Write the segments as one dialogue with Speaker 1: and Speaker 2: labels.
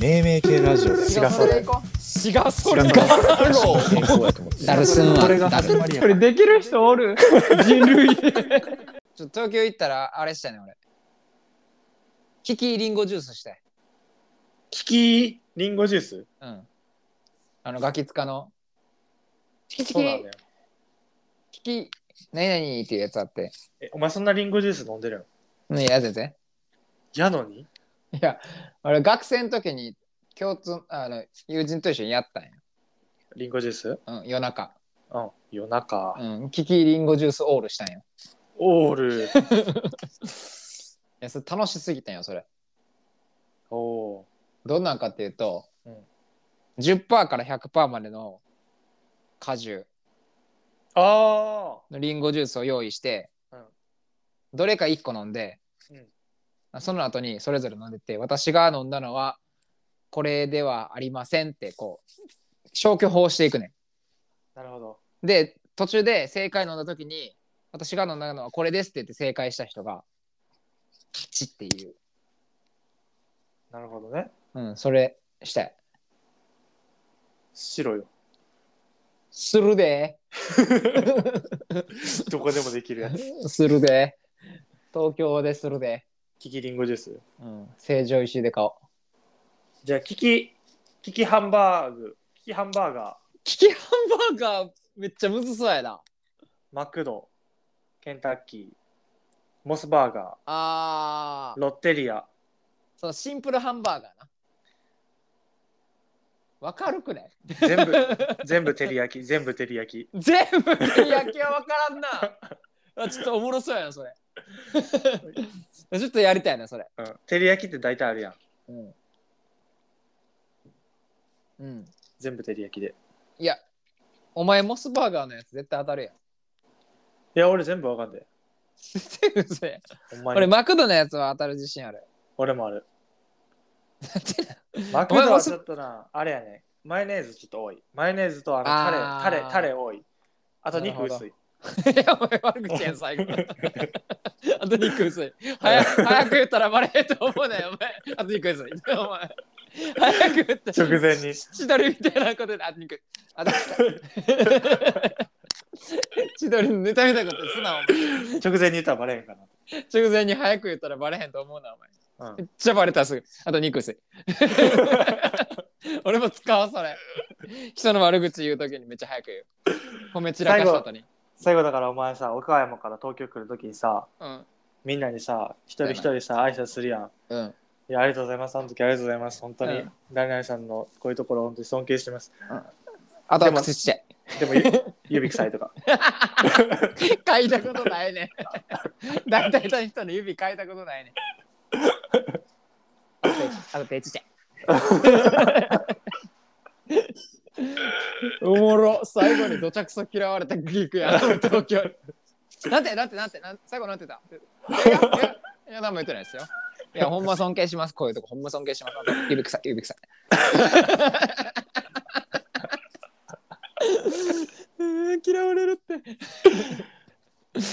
Speaker 1: 命名系ラジオだよ
Speaker 2: 違うそれ行こ
Speaker 3: 違うそれ
Speaker 1: 違う
Speaker 3: か
Speaker 1: 健康やと思って
Speaker 4: ダルスンは
Speaker 1: これが
Speaker 4: ダ
Speaker 1: 始
Speaker 4: ル
Speaker 1: まりや
Speaker 5: これできる人おる人類で
Speaker 2: うちょっと東京行ったらあれしたいね俺キキリンゴジュースしたい
Speaker 6: キキリンゴジュース
Speaker 2: うんあのガキ使のキキ
Speaker 6: そうなんだよ。
Speaker 2: キキ何々っていうやつあって
Speaker 6: え、お前そんなリンゴジュース飲んでるの
Speaker 2: ねいや全然
Speaker 6: やのに
Speaker 2: いや俺学生の時に共通あの友人と一緒にやったんや、
Speaker 6: リンゴジュース
Speaker 2: うん、夜中、
Speaker 6: うん。夜中。
Speaker 2: うん、キキリンゴジュースオールしたんよ
Speaker 6: オール。
Speaker 2: いやそれ楽しすぎたんよそれ
Speaker 6: おお
Speaker 2: どんなんかっていうと、
Speaker 6: うん
Speaker 2: 10%から100%までの果汁
Speaker 6: ー。ああ。
Speaker 2: のリンゴジュースを用意して、
Speaker 6: うん
Speaker 2: どれか1個飲んで、その後にそれぞれ飲んでて私が飲んだのはこれではありませんってこう消去法していくね
Speaker 6: なるほど。
Speaker 2: んで途中で正解飲んだ時に私が飲んだのはこれですって言って正解した人が勝ちっていう、
Speaker 6: なるほどね。
Speaker 2: うん、それしたい
Speaker 6: 白よ。
Speaker 2: するです
Speaker 6: どこでもできるやつ。
Speaker 2: するで東京でするで
Speaker 6: キキリンゴジュース。
Speaker 2: うん、成城石井で買おう。
Speaker 6: じゃあ、キキ、キキハンバーグ。キキハンバーガー。
Speaker 2: キキハンバーガーめっちゃむずそうやな。
Speaker 6: マクド。ケンタッキー。モスバーガ
Speaker 2: あ
Speaker 6: ー。
Speaker 2: ー、
Speaker 6: ロッテリア。
Speaker 2: そのシンプルハンバーガーな。わかるくない
Speaker 6: 全部、 全部照り焼き。全部照り焼き。
Speaker 2: 全部照り焼きはわからんな。あちょっとおもろそうやな、それ。ちょっとやりたいな、それ。
Speaker 6: うん。照り焼きって大体あるやん。
Speaker 2: うん。うん。
Speaker 6: 全部照り焼きで。
Speaker 2: いや、お前モスバーガーのやつ絶対当たるやん。
Speaker 6: いや、俺全部わかんない。
Speaker 2: 絶対うそやん
Speaker 6: ほんま
Speaker 2: 俺
Speaker 6: に。
Speaker 2: マクドのやつは当たる自信ある。
Speaker 6: 俺もある。
Speaker 2: なんてな
Speaker 6: マクドはちょっとな、あれやね。マヨネーズちょっと多い。マヨネーズとあのタレ、
Speaker 2: あー
Speaker 6: タレ、タレ多い。あと
Speaker 2: なる
Speaker 6: 肉
Speaker 2: ほど
Speaker 6: 薄い。
Speaker 2: いや、お前悪口やん、最後。あと肉薄い。早く早く言ったらバレへんと思うなよ、お前。あと肉薄い。お前。早く言った
Speaker 6: 直前に。
Speaker 2: 千鳥みたいなことで、あと肉。あと千鳥のネタみたいなことすな、お前。
Speaker 6: 直前に言ったらバレへんか
Speaker 2: 直前に早く言ったらバレへんと思うな、お前。
Speaker 6: な。う
Speaker 2: め
Speaker 6: ん。
Speaker 2: っちゃバレたすぐ。あと肉薄い。 俺も使わそれ。人の悪口言うときにめっちゃ早く言う。褒め散らかした後に。
Speaker 6: 最後だからお前さ、岡山から東京来るときにさ、
Speaker 2: うん。
Speaker 6: みんなにさ、一人一人さ、挨拶するやん。
Speaker 2: うん。
Speaker 6: いや、ありがとうございます。あの時ありがとうございます。本当に、
Speaker 2: うん
Speaker 6: 誰々さんのこういうところ、本当に尊敬してます。
Speaker 2: あとは口ちっちゃい。
Speaker 6: でも、ゆ指臭いとか。
Speaker 2: 嗅いだことないね。 大体の人の指嗅いだことないね。あと手あと手ちっちゃい。 おもろ最後にどちゃくそ嫌われたギークや東京になんてなんてなんてなん最後なんて言ったいやいやいや何も言ってないですよいやほんま尊敬しますこういうとこほんま尊敬しますあと指臭い 指臭い
Speaker 3: 嫌われるって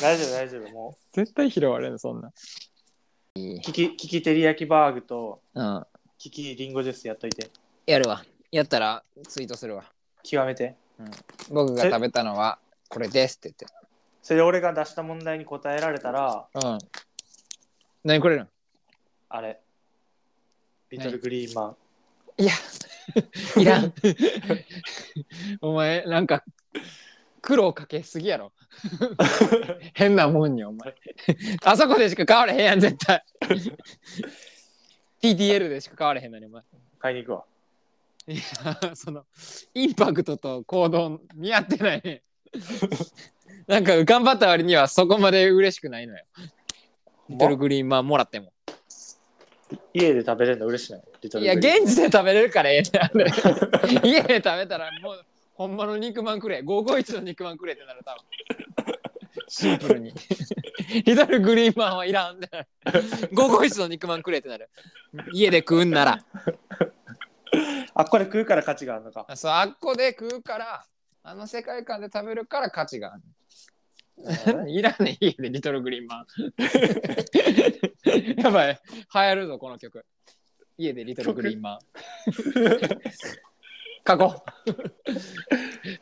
Speaker 6: 大丈夫、大丈夫。も
Speaker 3: 絶対嫌われるそんな
Speaker 6: う、キキ、キキ照り焼きバーグと、
Speaker 2: うん
Speaker 6: キキリンゴジュースやっといて。
Speaker 2: やるわやったらツイートするわ
Speaker 6: 極めて。
Speaker 2: 僕が食べたのはこれですって言って
Speaker 6: それで俺が出した問題に答えられたら、
Speaker 2: うん。何くれるん
Speaker 6: あれ。リトルグリーンマン。
Speaker 2: いや、 いらん。お前、なんか、苦労かけすぎやろ。 変なもんに、お前。あそこでしか買われへんやん、絶対。TTL でしか買われへんのに、お前。
Speaker 6: 買いに行くわ。
Speaker 2: いや、 その、インパクトと行動見合ってない ね。なんか、頑張った割にはそこまで嬉しくないのよ。リトルグリーンマンもらっても。
Speaker 6: 家で食べれるの嬉しない。リトル
Speaker 2: い
Speaker 6: グリ
Speaker 2: や、
Speaker 6: ーン
Speaker 2: 現地で食べれるからええねんあれ 家で食べたらもう、ほんまの肉まんくれ。551の肉まんくれってなる、多分シンプルに。リトルグリーンマンはいらんってなる。551の肉まんくれってなる。家で食うんなら。
Speaker 6: あ、これ食うから価値があるの か。
Speaker 2: そう、あっこで食うから、あの世界観で食べるから価値がある。いらんねん、家でリトルグリーンマン。やばい、流行るぞ、この曲。家でリトルグリーンマン。書こう。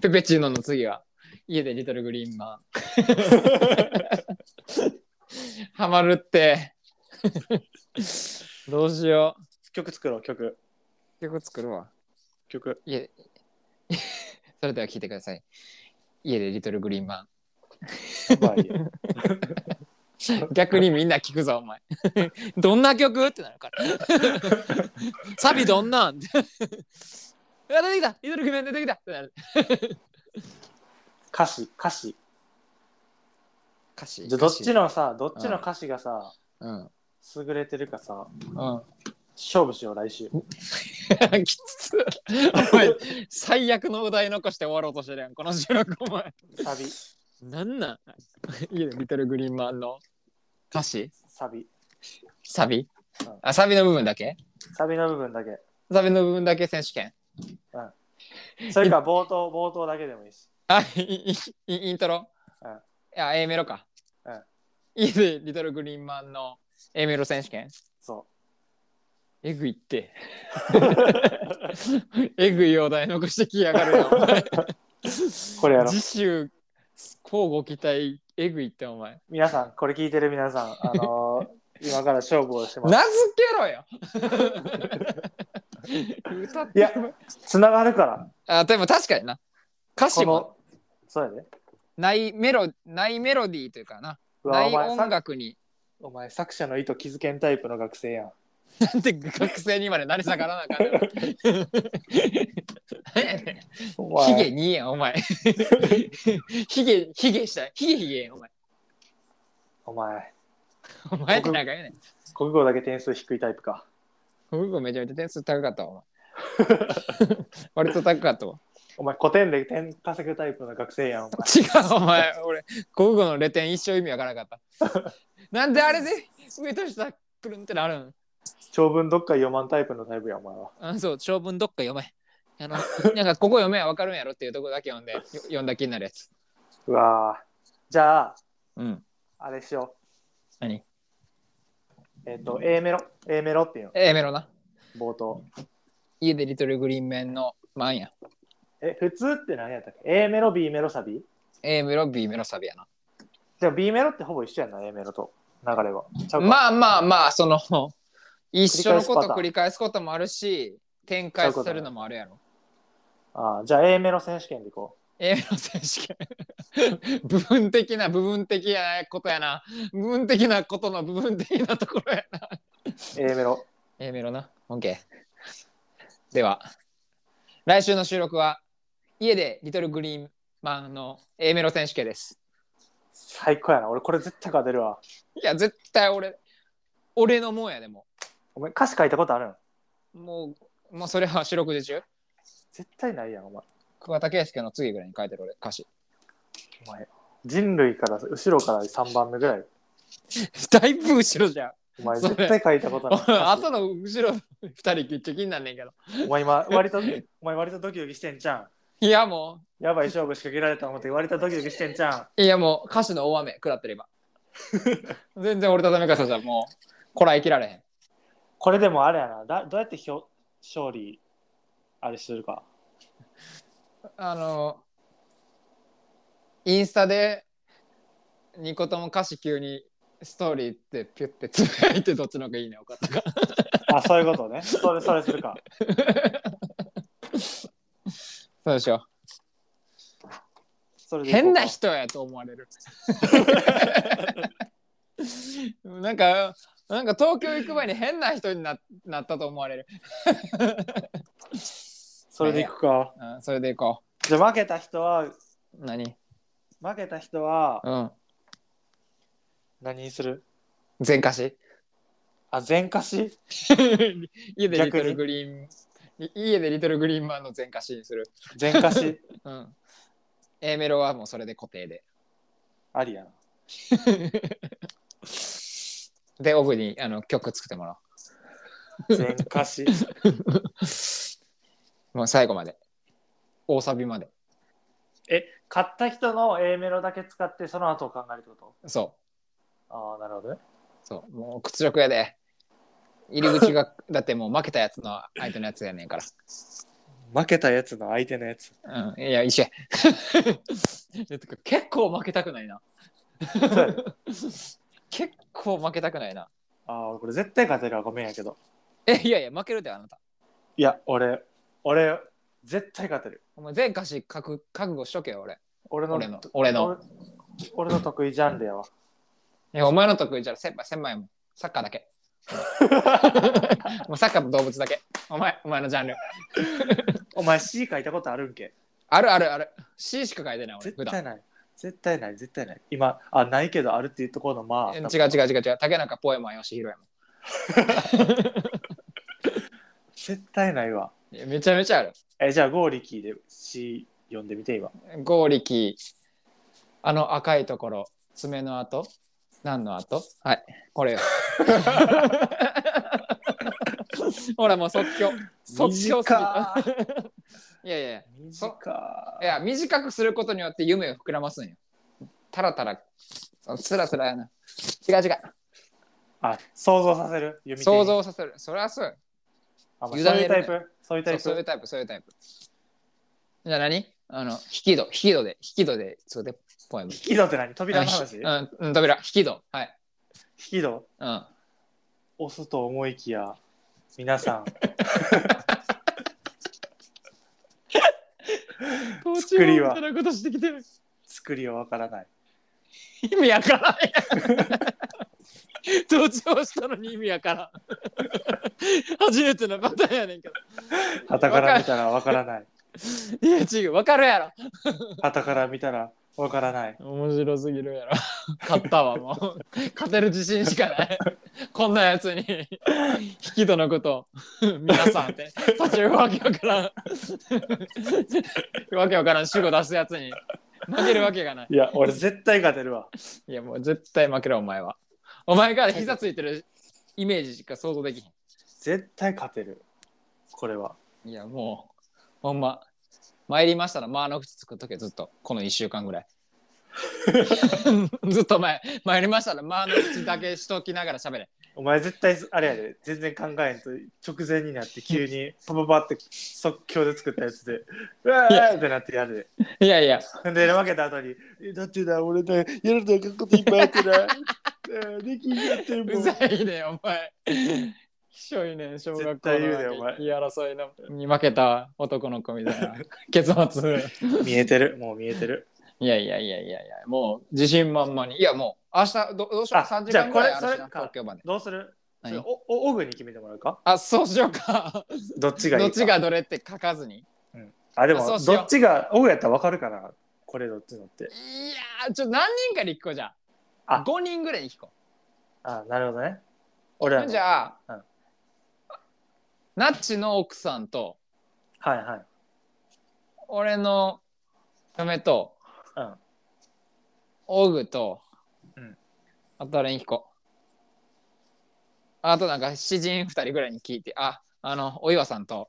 Speaker 2: ペペチーノの次は、家でリトルグリーンマン。ハマるって。どうしよ
Speaker 6: 曲作ろう、曲。
Speaker 2: う。曲作るわ。
Speaker 6: 曲。
Speaker 2: いえ、それでは聞いてください。家でリトルグリーンマン。
Speaker 6: まあいいや
Speaker 2: 逆にみんな聞くぞ、お前。 どんな曲ってなるから。 サビどんなん って。あ出てきたリトルグリーンマン出てきたってなる。
Speaker 6: 歌詞、歌詞。
Speaker 2: 歌詞。
Speaker 6: じゃあどっち
Speaker 2: 歌詞
Speaker 6: のさ、どっちの歌詞がさ、
Speaker 2: うん。
Speaker 6: 優れてるかさ、
Speaker 2: うん。
Speaker 6: 勝負しよう、来週。
Speaker 2: きつお前最悪のお題残して終わろうとしてるやんこの収録お前
Speaker 6: サビ、
Speaker 2: なんなん 家でリトルグリーンマンの歌詞
Speaker 6: サビ。
Speaker 2: サビ
Speaker 6: うん
Speaker 2: あサビの部分だけ
Speaker 6: サビの部分だけ。
Speaker 2: サビの部分だけ選手権
Speaker 6: それか冒頭、冒頭だけでもいいし。
Speaker 2: あいい いイントロ
Speaker 6: うん
Speaker 2: あ A メロか
Speaker 6: うん
Speaker 2: 家でリトルグリーンマンの A メロ選手権
Speaker 6: そ
Speaker 2: えぐいって えぐいお題残してきやがるよお前
Speaker 6: う。これやろう。
Speaker 2: 次週交互期待えぐいってお前
Speaker 6: 皆さん、これ聞いてる皆さん、あの ー今から勝負をします。
Speaker 2: 名付けろよ 歌って
Speaker 6: いや、つながるから。
Speaker 2: あでも確かにな歌
Speaker 6: こ
Speaker 2: 詞も
Speaker 6: の、そうやで。
Speaker 2: ないメロないメロディーというかな
Speaker 6: うわ
Speaker 2: な
Speaker 6: お
Speaker 2: い
Speaker 6: 前さ
Speaker 2: 音楽に
Speaker 6: お前、作者の意図気づけんタイプの学 生やん。
Speaker 2: なんて学生にまでなり下がらなあかんね
Speaker 6: お
Speaker 2: んひ
Speaker 6: 前
Speaker 2: げにやんお前 ひげひげしたいひげひげやんお前
Speaker 6: お前、
Speaker 2: お前ってなんか言うねん
Speaker 6: 国語だけ点数低いタイプか。
Speaker 2: 僕めちゃめちゃ点数高かったわお前 割と高かったわ
Speaker 6: お前、古典で点稼ぐタイプの学生やん、お前。
Speaker 2: 違うお前俺国語のレ点一生意味わからなかったなんであれで上と下くるんってなるん
Speaker 6: 長文どっか読まんタイプのタイプや、お前は。
Speaker 2: あそう長文どっか読めあのなんかここ読めばわかるんやろっていうとこだけ読んでよ読んだ気になるやつ
Speaker 6: うわぁ。じゃあ、
Speaker 2: うん
Speaker 6: あれしよう。
Speaker 2: 何
Speaker 6: えっ、と、A メロ。A メロっていうの、
Speaker 2: えー、メロな
Speaker 6: 冒頭。
Speaker 2: 家でリトルグリーンメンのマンや
Speaker 6: え、普通って何やったっけ ?A メロ、B メロ、サビ
Speaker 2: A メロ B メロサビやな
Speaker 6: じゃあ B メロってほぼ一緒やんな、A メロと。流れは。ちゃうか
Speaker 2: まあまあまあその一緒のこと繰り返すこともあるし展開するのもあるやろ
Speaker 6: あーじゃあ A メロ選手権でいこ
Speaker 2: A メロ選手権 部分的な部分的やなことやな部分的なことの部分的なところやな
Speaker 6: う。A メロ。
Speaker 2: A メロな OK では来週の収録は家でリトルグリーンマンの A メロ選手権です
Speaker 6: 最高やな。俺これ絶対勝てるわ。
Speaker 2: いや絶対俺俺のもんやでも
Speaker 6: お前歌詞書いたことあるん
Speaker 2: もうもうそれは四六時中
Speaker 6: 絶対ないやん、お前。
Speaker 2: 桑田佳祐の次ぐらいに書いてる俺歌詞
Speaker 6: お前。人類から、後ろから3番目ぐらい。
Speaker 2: だいぶ後ろじゃ ん
Speaker 6: お前
Speaker 2: それ
Speaker 6: 絶対書いたことない 歌詞
Speaker 2: 後。の後ろ2人きっちきになんねんけど
Speaker 6: お前今、割と、お前割とドキドキしてんじゃん。
Speaker 2: いやもう
Speaker 6: やばい勝負仕掛けられたと思って割とドキドキしてんじゃん。
Speaker 2: いやもう歌手の大雨食らって れば全然俺たため方じゃもうこらえきられへん
Speaker 6: これでもあれやな。だどうやってひょ勝利、あれするか。
Speaker 2: あのインスタで2個とも歌詞急にストーリーってピュってつぶやいてどっちの方がいいねよかったか
Speaker 6: あ、そういうことね。それ、それするか。
Speaker 2: そうでしょ
Speaker 6: それでいこうか
Speaker 2: 変な。人やと思われる なんかなんか東京行く前に変な人にななったと思われる、
Speaker 6: それでいくか。
Speaker 2: うん、それでいこ
Speaker 6: じゃあ負けた人は、
Speaker 2: う何
Speaker 6: 負けた人は
Speaker 2: うん
Speaker 6: 何にする
Speaker 2: 全歌詞
Speaker 6: あ、全歌詞
Speaker 2: 家でリト
Speaker 6: 逆に
Speaker 2: ルグリーンい家でリトルグリーンマンの全歌詞にする、
Speaker 6: 全歌詞
Speaker 2: うん、A メロはもうそれで固定で
Speaker 6: ありやな。
Speaker 2: でオフにあの曲作ってもらお
Speaker 6: 全歌詞。
Speaker 2: うもう最後まで大サビまで
Speaker 6: え、買った人の A メロだけ使ってその後を考えるってこ
Speaker 2: そ
Speaker 6: とああ、なるほどね。
Speaker 2: うそうもう屈辱やで入り口がだってもう負けたやつの相手のやつやねんか
Speaker 6: 負けたやつの相手のやつ。
Speaker 2: らうんいや 一緒やえてか結構負けたくないな 結構負けたくないな
Speaker 6: ああ、これ絶対勝てるわ。ごめんやけど。
Speaker 2: えいやいや負けるであなた
Speaker 6: いや、俺、俺、絶対勝てる。
Speaker 2: お前全歌詞書く覚悟しとけよ俺
Speaker 6: 俺の、
Speaker 2: 俺の俺の
Speaker 6: 俺。俺の得意ジャンルやわ。
Speaker 2: いやお前の得意じゃ先輩先輩もんサッカーだ けもうサッカーと動物だけお前お前のジャンル
Speaker 6: お前 C 書いたことあるんけ
Speaker 2: あるあるある C しか書いてない俺
Speaker 6: 絶
Speaker 2: 普
Speaker 6: 対
Speaker 2: 段
Speaker 6: ない。絶対ない、絶対ない。今、あ、ないけどあるっていうところの、まあ、
Speaker 2: え違う違う違う違う竹中ポエマン吉弘やもん
Speaker 6: 絶対ないわ。
Speaker 2: いやめちゃめちゃある
Speaker 6: え、じゃあ、ゴーリキーで C 読んでみて、今。
Speaker 2: 剛力あの赤いところ爪の跡何の跡はいこれよほらもう即興即興すぎる
Speaker 6: 短
Speaker 2: いやいやいや
Speaker 6: 短
Speaker 2: いや短くすることによって夢を膨らますんよたらたらつらつらやな違う違う
Speaker 6: あ、想像させる読み手に
Speaker 2: 想像させるそれはそうよ
Speaker 6: あまあ
Speaker 2: 委ね
Speaker 6: そういう
Speaker 2: る
Speaker 6: タイプそういうタイ
Speaker 2: そうそういう
Speaker 6: プ
Speaker 2: タイプそういうタイプじゃあ何あの引き戸引き戸で引き戸でそうでポエム
Speaker 6: 引き戸って何扉の話
Speaker 2: う
Speaker 6: 引
Speaker 2: んうん扉引き戸はい
Speaker 6: き戸
Speaker 2: うん
Speaker 6: 押すと思いきや、皆さん、作りは
Speaker 3: みたいなことしてきてる。
Speaker 6: 作りはわから ない。
Speaker 2: 意味わからんやん。同調したのに意味わからん。初めてのパターンやねんけど。
Speaker 6: 旗から見たらわからない。
Speaker 2: いや違う、わかるや
Speaker 6: 旗から見たらわからない。
Speaker 3: 面白すぎるやろ。
Speaker 2: ろ。勝ったわ、もう。勝てる自信しかない。こんなやつに、引き戸のことを、皆さんって、途中わけわからん。わけわからん主語出すやつに、負けるわけがない。
Speaker 6: いや、俺絶対勝てるわ。
Speaker 2: いや、もう絶対負けろ、お前は。お前が膝ついてるイメージしか想像できへん。
Speaker 6: 絶対勝てる。これは。
Speaker 2: いやもうほんま参りましたの間の口作っとけずっとこの1週間ぐらい ずっと前参りましたの間の口だけしときながら喋れ
Speaker 6: お前絶対あれやで全然考えんと直前になって急にパパパって即興で作ったやつでうわーってなってやる
Speaker 2: いやいや
Speaker 6: でで負けた後にえだってな俺なやるとあかんこといっぱいあ ってなえーできんやってんも
Speaker 2: うんざいねお前
Speaker 3: ひしょいねん、小学校の
Speaker 6: 絶対言うでお前
Speaker 3: 言い争いの。
Speaker 2: に負けた男の子みたいな結末
Speaker 6: 見えてるもう見えてる
Speaker 2: いやいやいやいやいやもう自信満々にいやもう明日どどうしよう
Speaker 6: あ
Speaker 2: 3時間ぐらい
Speaker 6: じゃ
Speaker 2: あ
Speaker 6: あこれ
Speaker 2: るしな
Speaker 6: それか
Speaker 2: 東京まで
Speaker 6: どうするそれ
Speaker 2: 何
Speaker 6: おおオグに決めてもらうか
Speaker 2: あそうしようか
Speaker 6: どっちがい
Speaker 2: ど
Speaker 6: いか
Speaker 2: っちがどれって書かずに
Speaker 6: あで
Speaker 2: あそう
Speaker 6: も
Speaker 2: しよう
Speaker 6: どっちがオグやったら分かるかなこれどっちのって
Speaker 2: いやーちょっと何人かに聞こうじゃあ
Speaker 6: あ
Speaker 2: 5人ぐらいに聞こう
Speaker 6: あなるほどね俺らの
Speaker 2: じゃあ、
Speaker 6: うん
Speaker 2: ナッチの奥さんと
Speaker 6: はいはい
Speaker 2: 俺の嫁と、
Speaker 6: うん
Speaker 2: オグと、
Speaker 6: うん
Speaker 2: あと誰に聞こうあとなんか詩人2人ぐらいに聞いてああのお岩さんと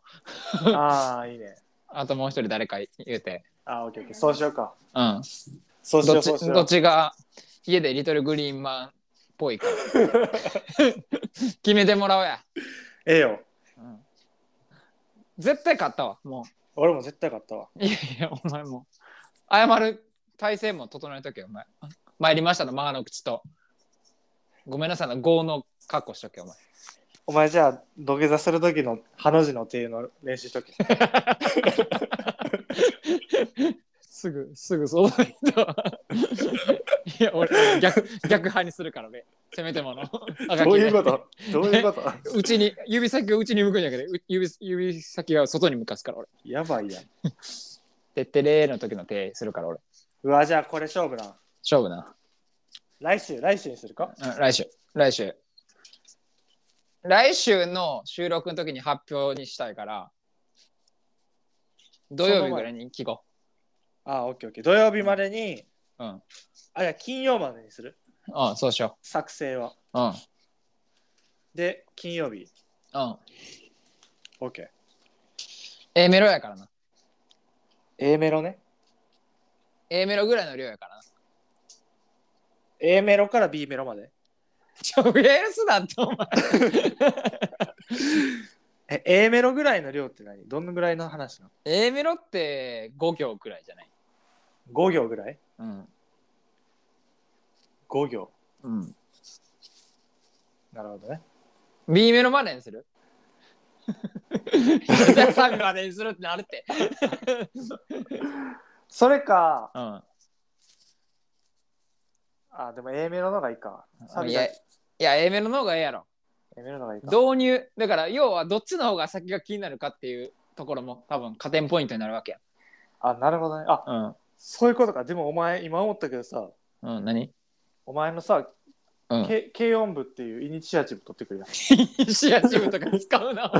Speaker 6: ああいいね
Speaker 2: あともう一人誰か言うて
Speaker 6: あーオッケーオッケーそうしようか
Speaker 2: うん
Speaker 6: そうしよ
Speaker 2: ど
Speaker 6: う
Speaker 2: っ
Speaker 6: そう
Speaker 2: ち
Speaker 6: しよ
Speaker 2: どっ
Speaker 6: う
Speaker 2: ちが家でリトルグリーンマンっぽいか 決めてもらおうや、
Speaker 6: ええよ
Speaker 2: うん絶対勝ったわもう
Speaker 6: 俺も絶対勝ったわ
Speaker 2: いやいや、お前も。謝る体勢も整えとけよ、お前。参りましたの、マーの口と。ごめんなさいの、豪の格好しとけよ、お前。
Speaker 6: お前じゃあ土下座する時のハの字の手の練習し とけ。
Speaker 3: すぐ、すぐそうだった。
Speaker 2: いや、俺、逆、逆派にするからね。せめてもの。
Speaker 6: どうい うことどういうこと
Speaker 2: うちに、指先をうちに向くんやけど、う指指先は外に向かすから、俺。
Speaker 6: やばいやん。
Speaker 2: てってれーの時の手するから、俺。
Speaker 6: うわ、じゃあこれ勝負な。
Speaker 2: 勝負な。
Speaker 6: 来週、来週にするか
Speaker 2: うん、来週、来週。来週の収録の時に発表にしたいから、土曜日ぐらいに聞こう。
Speaker 6: ああ、オッケーオッケー。土曜日までに、
Speaker 2: うん。
Speaker 6: あ、いや、金曜までにする
Speaker 2: うん、そうしよ
Speaker 6: 作成は。
Speaker 2: う。うん。
Speaker 6: で、金曜日。
Speaker 2: うん。
Speaker 6: オッケー。
Speaker 2: A メロやからな。
Speaker 6: A メロね。
Speaker 2: A メロぐらいの量やから
Speaker 6: A メロから B メロまで。
Speaker 2: ちょ、ウェールスだって、お前。
Speaker 6: え、A メロぐらいの量って何どのぐらいの話なの
Speaker 2: A メロって5行くらいじゃない
Speaker 6: ?5 行ぐらい
Speaker 2: うん。
Speaker 6: ?5 行。
Speaker 2: うん。
Speaker 6: なるほどね。
Speaker 2: B メロまでにす るサビまでにするってなるって。
Speaker 6: それか、
Speaker 2: うん。
Speaker 6: あ、でも A メロの方がいいか。サ
Speaker 2: い
Speaker 6: ビだ
Speaker 2: や、いや、A メロの方がええやろ。
Speaker 6: A メロの方がいいか。
Speaker 2: 導入。だから、要はどっちの方が先が気になるかっていうところも多分加点ポイントになるわけや。
Speaker 6: あ、なるほどね。あ、
Speaker 2: うん。
Speaker 6: そういうことか。でもお前、今思ったけどさ、
Speaker 2: うん、何
Speaker 6: お前のさ、
Speaker 2: うん
Speaker 6: け軽音部っていうイニシアチブ取ってくるやん。
Speaker 2: シアチブとか使うな。お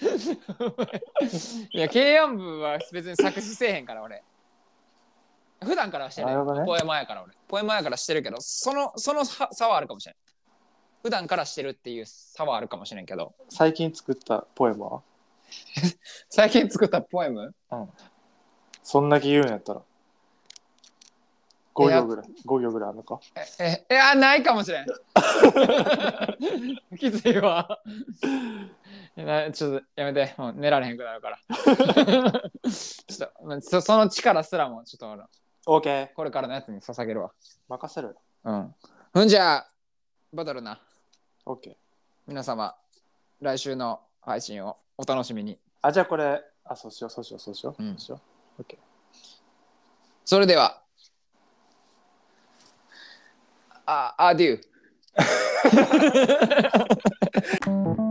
Speaker 2: 前いや、軽音部は別に作詞せえへんから、俺。普段からはしてる
Speaker 6: なるほどね
Speaker 2: ポエマやから俺。ポエマやからしてるけど、その、その差差はあるかもしれん。普段からしてるっていう差はあるかもしれんけど。
Speaker 6: 最近作ったポエムは
Speaker 2: 最近作ったポエム
Speaker 6: そんだけ言うんやったら。5行ぐらい。5行ぐらいあるのか。
Speaker 2: え、え、いや、ないかもしれん。 きついわ。なちょっとやめて、もう寝られへんくなるから。 ちょっとまあそ、その力すらも、ちょっとあの、
Speaker 6: OK。
Speaker 2: これからのやつに捧げるわ。
Speaker 6: 任せる。
Speaker 2: うん。ほんじゃあ、バトルな、
Speaker 6: OK。
Speaker 2: 皆様、来週の配信をお楽しみに。
Speaker 6: あ、じゃあこれ、あ、そうしよう、そうしよう、そうしよう。
Speaker 2: うん
Speaker 6: そうしよう。OK。
Speaker 2: それでは、あ、アデュー。